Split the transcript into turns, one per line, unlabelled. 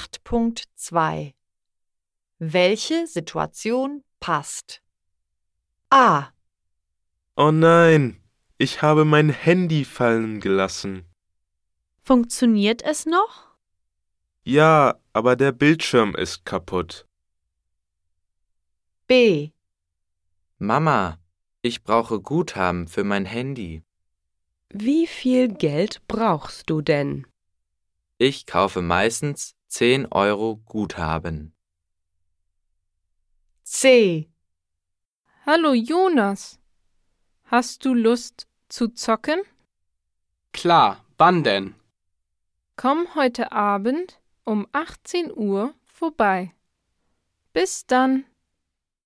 8.2 Welche Situation passt? A.
Oh nein, ich habe mein Handy fallen gelassen.
Funktioniert es noch?
Ja, aber der Bildschirm ist kaputt.
B.
Mama, ich brauche Guthaben für mein Handy.
Wie viel Geld brauchst du denn?
Ich kaufe meistens 10 Euro Guthaben.
C.
Hallo Jonas. Hast du Lust zu zocken?
Klar, wann denn?
Komm heute Abend um 18 Uhr vorbei. Bis dann.